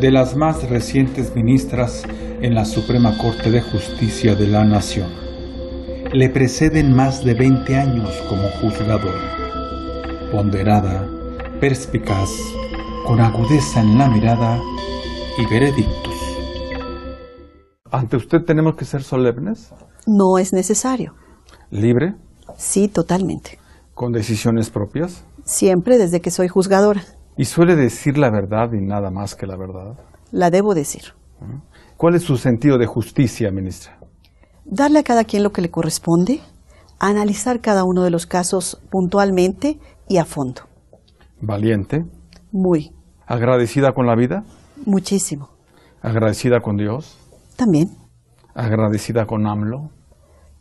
de las más recientes ministras en la Suprema Corte de Justicia de la Nación. Le preceden más de 20 años como juzgadora. Ponderada, perspicaz, con agudeza en la mirada y veredictos. ¿Ante usted tenemos que ser solemnes? No es necesario. ¿Libre? Sí, totalmente. ¿Con decisiones propias? Siempre desde que soy juzgadora. ¿Y suele decir la verdad y nada más que la verdad? La debo decir. ¿Cuál es su sentido de justicia, ministra? Darle a cada quien lo que le corresponde, analizar cada uno de los casos puntualmente y a fondo. ¿Valiente? Muy. ¿Agradecida con la vida? Muchísimo. ¿Agradecida con Dios? También. ¿Agradecida con AMLO?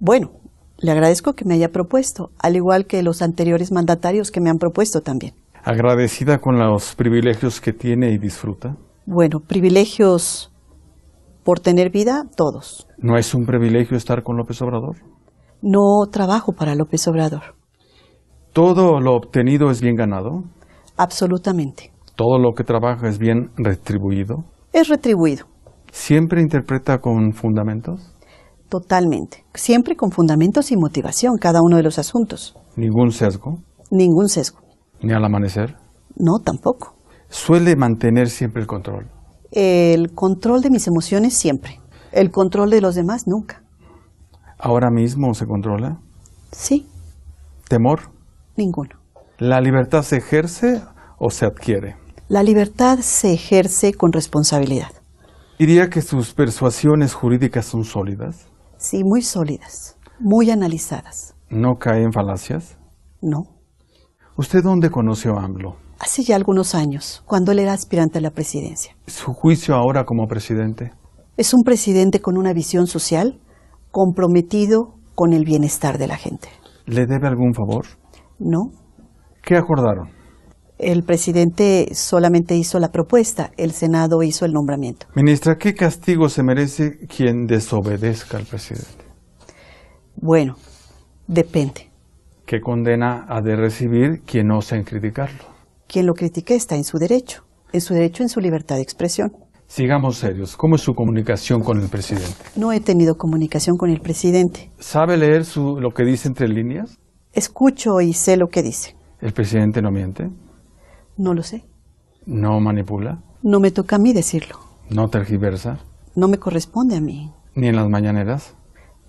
Bueno, le agradezco que me haya propuesto, al igual que los anteriores mandatarios que me han propuesto también. ¿Agradecida con los privilegios que tiene y disfruta? Bueno, privilegios por tener vida, todos. ¿No es un privilegio estar con López Obrador? No trabajo para López Obrador. ¿Todo lo obtenido es bien ganado? Absolutamente. ¿Todo lo que trabaja es bien retribuido? Es retribuido. ¿Siempre interpreta con fundamentos? Totalmente. Siempre con fundamentos y motivación cada uno de los asuntos. ¿Ningún sesgo? Ningún sesgo. ¿Ni al amanecer? No, tampoco. ¿Suele mantener siempre el control? El control de mis emociones siempre. El control de los demás nunca. ¿Ahora mismo se controla? Sí, ¿Temor? ninguno. ¿La libertad se ejerce o se adquiere? La libertad se ejerce con responsabilidad. ¿Diría que sus persuasiones jurídicas son sólidas? Sí, muy sólidas, muy analizadas. ¿No cae en falacias? No. ¿Usted dónde conoció a AMLO? Hace ya algunos años, cuando él era aspirante a la presidencia. ¿Su juicio ahora como presidente? Es un presidente con una visión social comprometido con el bienestar de la gente. ¿Le debe algún favor? No, ¿Qué acordaron? el presidente solamente hizo la propuesta, el Senado hizo el nombramiento. Ministra, ¿qué castigo se merece quien desobedezca al presidente? Bueno, depende. ¿Qué condena ha de recibir quien osa en criticarlo? Quien lo critique está en su derecho, en su derecho, en su libertad de expresión. Sigamos serios. ¿Cómo es su comunicación con el presidente? No he tenido comunicación con el presidente. ¿Sabe leer su- lo que dice entre líneas? Escucho y sé lo que dice. ¿El presidente no miente? No lo sé. ¿No manipula? No me toca a mí decirlo. ¿No tergiversa? No me corresponde a mí. ¿Ni en las mañaneras?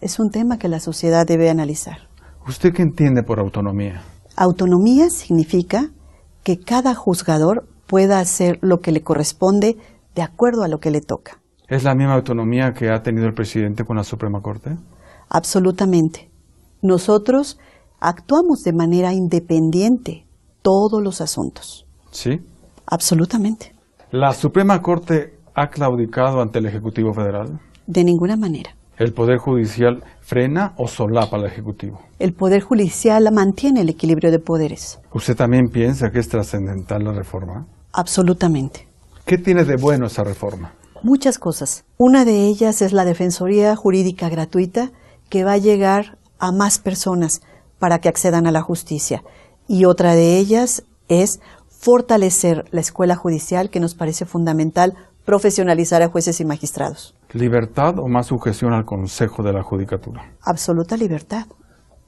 Es un tema que la sociedad debe analizar. ¿Usted qué entiende por autonomía? Autonomía significa que cada juzgador pueda hacer lo que le corresponde de acuerdo a lo que le toca. ¿Es la misma autonomía que ha tenido el presidente con la Suprema Corte? Absolutamente. Nosotros actuamos de manera independiente todos los asuntos. Sí. Absolutamente. ¿La Suprema Corte ha claudicado ante el Ejecutivo Federal? De ninguna manera. ¿El Poder Judicial frena o solapa al Ejecutivo? El Poder Judicial mantiene el equilibrio de poderes. ¿Usted también piensa que es trascendental la reforma? Absolutamente. ¿Qué tiene de bueno esa reforma? Muchas cosas. Una de ellas es la Defensoría Jurídica Gratuita que va a llegar a más personas para que accedan a la justicia. Y otra de ellas es fortalecer la escuela judicial que nos parece fundamental profesionalizar a jueces y magistrados. ¿Libertad o más sujeción al Consejo de la Judicatura? Absoluta libertad.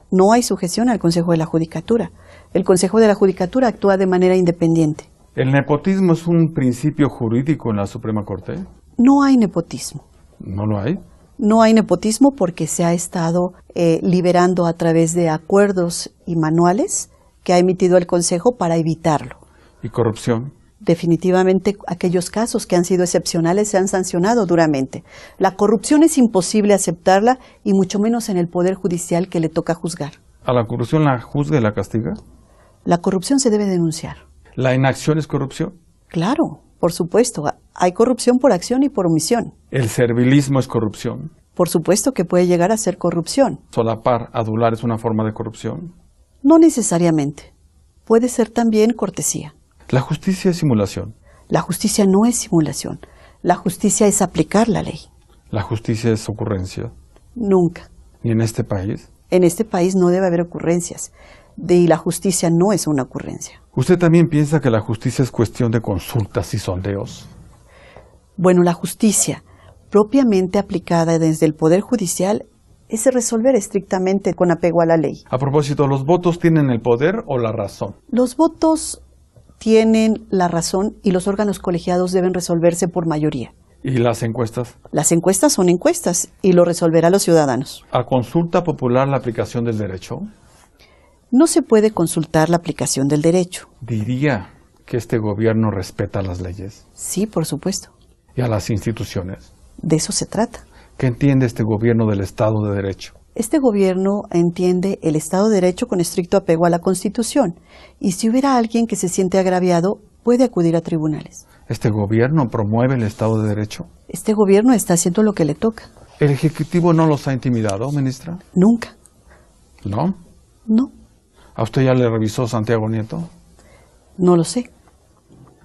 No hay sujeción al Consejo de la Judicatura. El Consejo de la Judicatura actúa de manera independiente. ¿El nepotismo es un principio jurídico en la Suprema Corte? No hay nepotismo. ¿No lo hay? No hay nepotismo porque se ha estado eh, liberando a través de acuerdos y manuales que ha emitido el Consejo para evitarlo. ¿Y corrupción? Definitivamente aquellos casos que han sido excepcionales se han sancionado duramente. La corrupción es imposible aceptarla y mucho menos en el Poder Judicial que le toca juzgar. ¿A la corrupción la juzga y la castiga? La corrupción se debe denunciar. ¿La inacción es corrupción? Claro, por supuesto, ha- hay corrupción por acción y por omisión. ¿El servilismo es corrupción? Por supuesto que puede llegar a ser corrupción. ¿Solapar, adular es una forma de corrupción? No necesariamente. Puede ser también cortesía. ¿La justicia es simulación? La justicia no es simulación. La justicia es aplicar la ley. ¿La justicia es ocurrencia? Nunca. ¿Y en este país? En este país no debe haber ocurrencias. De, y la justicia no es una ocurrencia. ¿Usted también piensa que la justicia es cuestión de consultas y sondeos? Bueno, la justicia, propiamente aplicada desde el Poder Judicial, es resolver estrictamente con apego a la ley. A propósito, ¿los votos tienen el poder o la razón? Los votos tienen la razón y los órganos colegiados deben resolverse por mayoría. ¿Y las encuestas? Las encuestas son encuestas y lo resolverán los ciudadanos. ¿A consulta popular la aplicación del derecho? No se puede consultar la aplicación del derecho. Diría que este gobierno respeta las leyes Sí, por supuesto. y a las instituciones. De eso se trata. ¿Qué entiende este gobierno del Estado de Derecho? Este gobierno entiende el Estado de Derecho con estricto apego a la Constitución y si hubiera alguien que se siente agraviado puede acudir a tribunales. ¿Este gobierno promueve el Estado de Derecho? Este gobierno está haciendo lo que le toca. ¿El Ejecutivo no los ha intimidado, ministra? Nunca. ¿No? No, ¿A usted ya le revisó Santiago Nieto? no lo sé.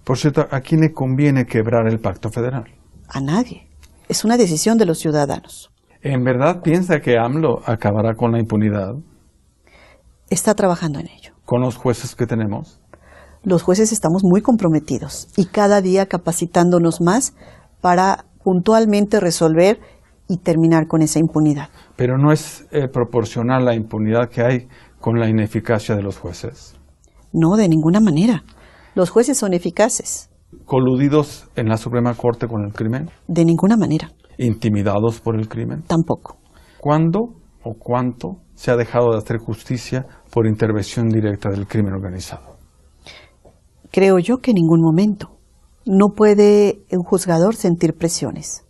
Por cierto, ¿a quién le conviene quebrar el pacto federal? A nadie. Es una decisión de los ciudadanos. ¿En verdad piensa que AMLO acabará con la impunidad? Está trabajando en ello. ¿Con los jueces que tenemos? Los jueces estamos muy comprometidos y cada día capacitándonos más para puntualmente resolver y terminar con esa impunidad. Pero no es eh, proporcional la impunidad que hay con la ineficacia de los jueces, No, de ninguna manera. Los jueces son eficaces. coludidos en la Suprema Corte con el crimen, De ninguna manera. intimidados por el crimen. Tampoco. ¿Cuándo o cuánto se ha dejado de hacer justicia por intervención directa del crimen organizado? Creo yo que en ningún momento. No puede un juzgador sentir presiones.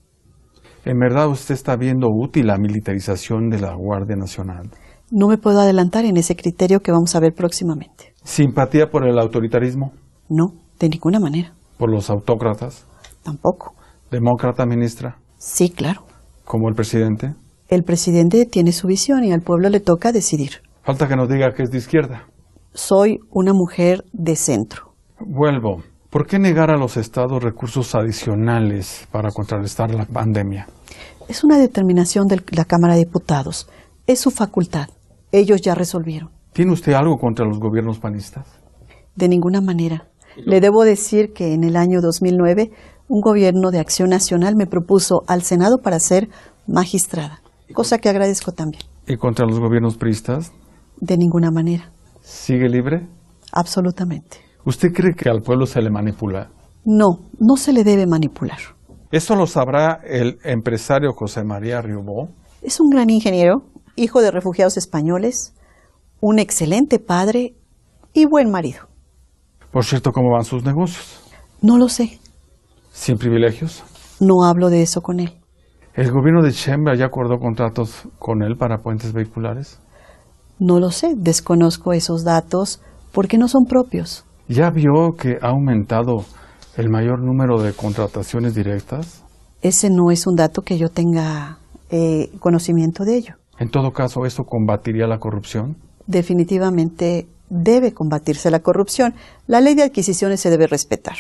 ¿En verdad usted está viendo útil la militarización de la Guardia Nacional? No me puedo adelantar en ese criterio que vamos a ver próximamente. ¿Simpatía por el autoritarismo? No, de ninguna manera. ¿Por los autócratas? Tampoco. ¿Demócrata, ministra? Sí, claro. ¿Como el presidente? El presidente tiene su visión y al pueblo le toca decidir. Falta que nos diga que es de izquierda. Soy una mujer de centro. Vuelvo. ¿Por qué negar a los estados recursos adicionales para contrarrestar la pandemia? Es una determinación de la Cámara de Diputados. Es su facultad. Ellos ya resolvieron. ¿Tiene usted algo contra los gobiernos panistas? De ninguna manera. Le debo decir que en el año 2009 un gobierno de Acción Nacional me propuso al Senado para ser magistrada, cosa que agradezco también. ¿Y contra los gobiernos priistas? De ninguna manera, ¿Sigue libre? absolutamente. ¿Usted cree que al pueblo se le manipula? No, no se le debe manipular. Eso lo sabrá el empresario José María Riobó. Es un gran ingeniero, hijo de refugiados españoles, un excelente padre y buen marido. Por cierto, ¿cómo van sus negocios? No lo sé, ¿Sin privilegios? no hablo de eso con él. ¿El gobierno de Chembra ya acordó contratos con él para puentes vehiculares? No lo sé, desconozco esos datos porque no son propios. ¿Ya vio que ha aumentado el mayor número de contrataciones directas? Ese no es un dato que yo tenga eh, conocimiento de ello. En todo caso, ¿eso combatiría la corrupción? Definitivamente debe combatirse la corrupción. La ley de adquisiciones se debe respetar.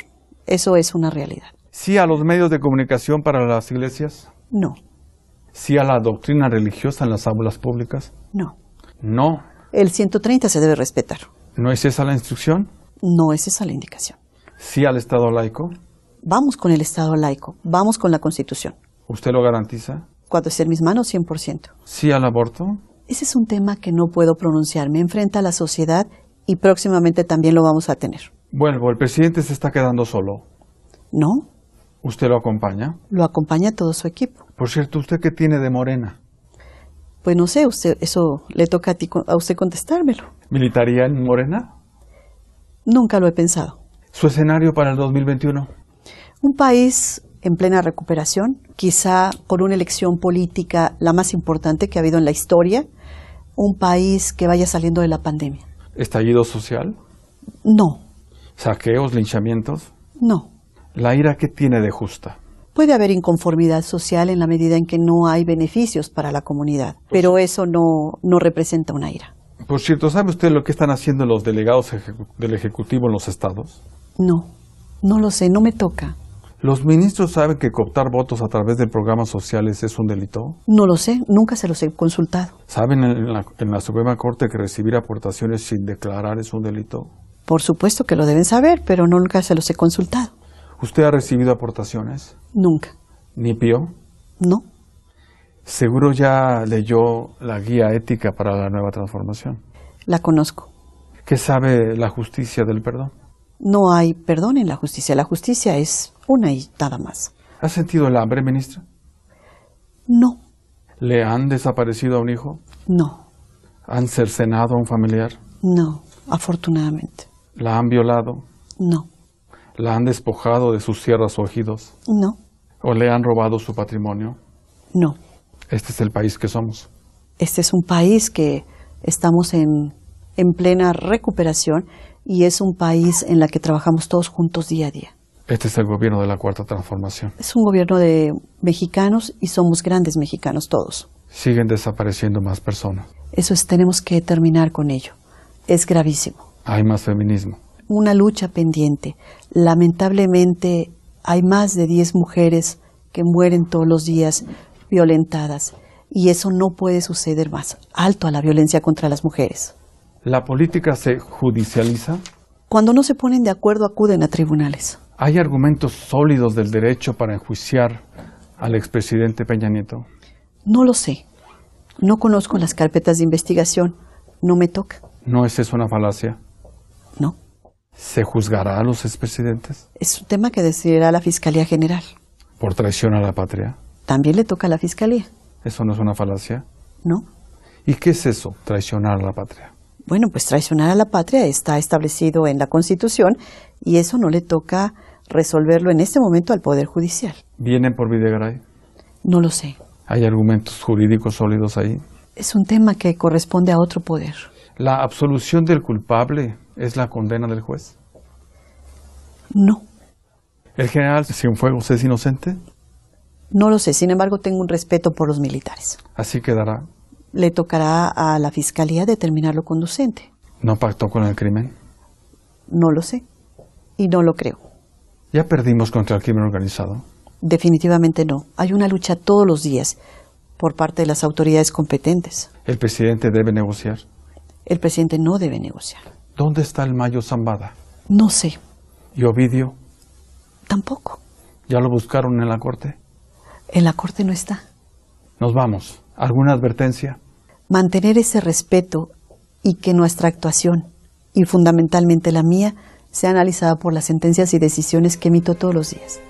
Eso es una realidad. ¿Sí a los medios de comunicación para las iglesias? No, ¿Sí a la doctrina religiosa en las aulas públicas? no. No. El 130 se debe respetar. ¿No es esa la instrucción? No es esa la indicación. ¿Sí al Estado laico? Vamos con el Estado laico, vamos con la Constitución. ¿Usted lo garantiza? Cuando esté en mis manos, 100%. ¿Sí al aborto? Ese es un tema que no puedo pronunciar. Me enfrenta a la sociedad y próximamente también lo vamos a tener. Vuelvo, el presidente se está quedando solo. No, ¿Usted lo acompaña? lo acompaña todo su equipo. Por cierto, ¿usted qué tiene de morena? Pues no sé, usted, eso le toca a, ti, a usted contestármelo. ¿Militaría en morena? Nunca lo he pensado. ¿Su escenario para el 2021? Un país en plena recuperación, quizá por una elección política la más importante que ha habido en la historia, un país que vaya saliendo de la pandemia. ¿Estallido social? No, ¿Saqueos, linchamientos? no. ¿La ira qué tiene de justa? Puede haber inconformidad social en la medida en que no hay beneficios para la comunidad, pero eso no, no representa una ira. Por cierto, ¿sabe usted lo que están haciendo los delegados ejecu- del Ejecutivo en los estados? No, no lo sé, no me toca. ¿Los ministros saben que cooptar votos a través de programas sociales es un delito? No lo sé, nunca se los he consultado. ¿Saben en la, en la Suprema Corte que recibir aportaciones sin declarar es un delito? Por supuesto que lo deben saber, pero nunca se los he consultado. ¿Usted ha recibido aportaciones? Nunca. ¿Ni pío? No. Seguro ya leyó la guía ética para la nueva transformación. La conozco. ¿Qué sabe la justicia del perdón? No hay perdón en la justicia. La justicia es una y nada más. ¿Ha sentido el hambre, ministra? No, ¿Le han desaparecido a un hijo? no, ¿Han cercenado a un familiar? no, afortunadamente. ¿La han violado? No, ¿La han despojado de sus tierras o ejidos? no, ¿O le han robado su patrimonio? no. Este es el país que somos. Este es un país que estamos en, en plena recuperación y es un país en la que trabajamos todos juntos día a día. Este es el gobierno de la Cuarta Transformación. Es un gobierno de mexicanos y somos grandes mexicanos todos. Siguen desapareciendo más personas. Eso es, tenemos que terminar con ello. Es gravísimo. Hay más feminismo. Una lucha pendiente. Lamentablemente hay más de 10 mujeres que mueren todos los días violentadas y eso no puede suceder más. Alto a la violencia contra las mujeres. ¿La política se judicializa? Cuando no se ponen de acuerdo acuden a tribunales. ¿Hay argumentos sólidos del derecho para enjuiciar al expresidente Peña Nieto? No lo sé. No conozco las carpetas de investigación. No me toca. ¿No es eso una falacia? No. ¿Se juzgará a los expresidentes Es un tema que decidirá la Fiscalía General. por traición a la patria? También le toca a la Fiscalía. ¿Eso no es una falacia? ¿No? ¿Y qué es eso, traicionar a la patria? Bueno, pues traicionar a la patria está establecido en la Constitución y eso no le toca resolverlo en este momento al Poder Judicial. ¿Vienen por Videgaray? No lo sé. ¿Hay argumentos jurídicos sólidos ahí? Es un tema que corresponde a otro poder. ¿La absolución del culpable es la condena del juez? No, ¿El general Cienfuegos es inocente? no lo sé. Sin embargo, tengo un respeto por los militares. Así quedará. Le tocará a la Fiscalía determinar lo conducente. ¿No pactó con el crimen? No lo sé. Y no lo creo. Ya perdimos contra el crimen organizado. Definitivamente no. Hay una lucha todos los días por parte de las autoridades competentes. El presidente debe negociar. El presidente no debe negociar. ¿Dónde está el Mayo Zambada? No sé, ¿Y Ovidio? tampoco. ¿Ya lo buscaron en la corte? En la Corte no está. Nos vamos. ¿Alguna advertencia? Mantener ese respeto y que nuestra actuación, y fundamentalmente la mía, sea analizada por las sentencias y decisiones que emito todos los días.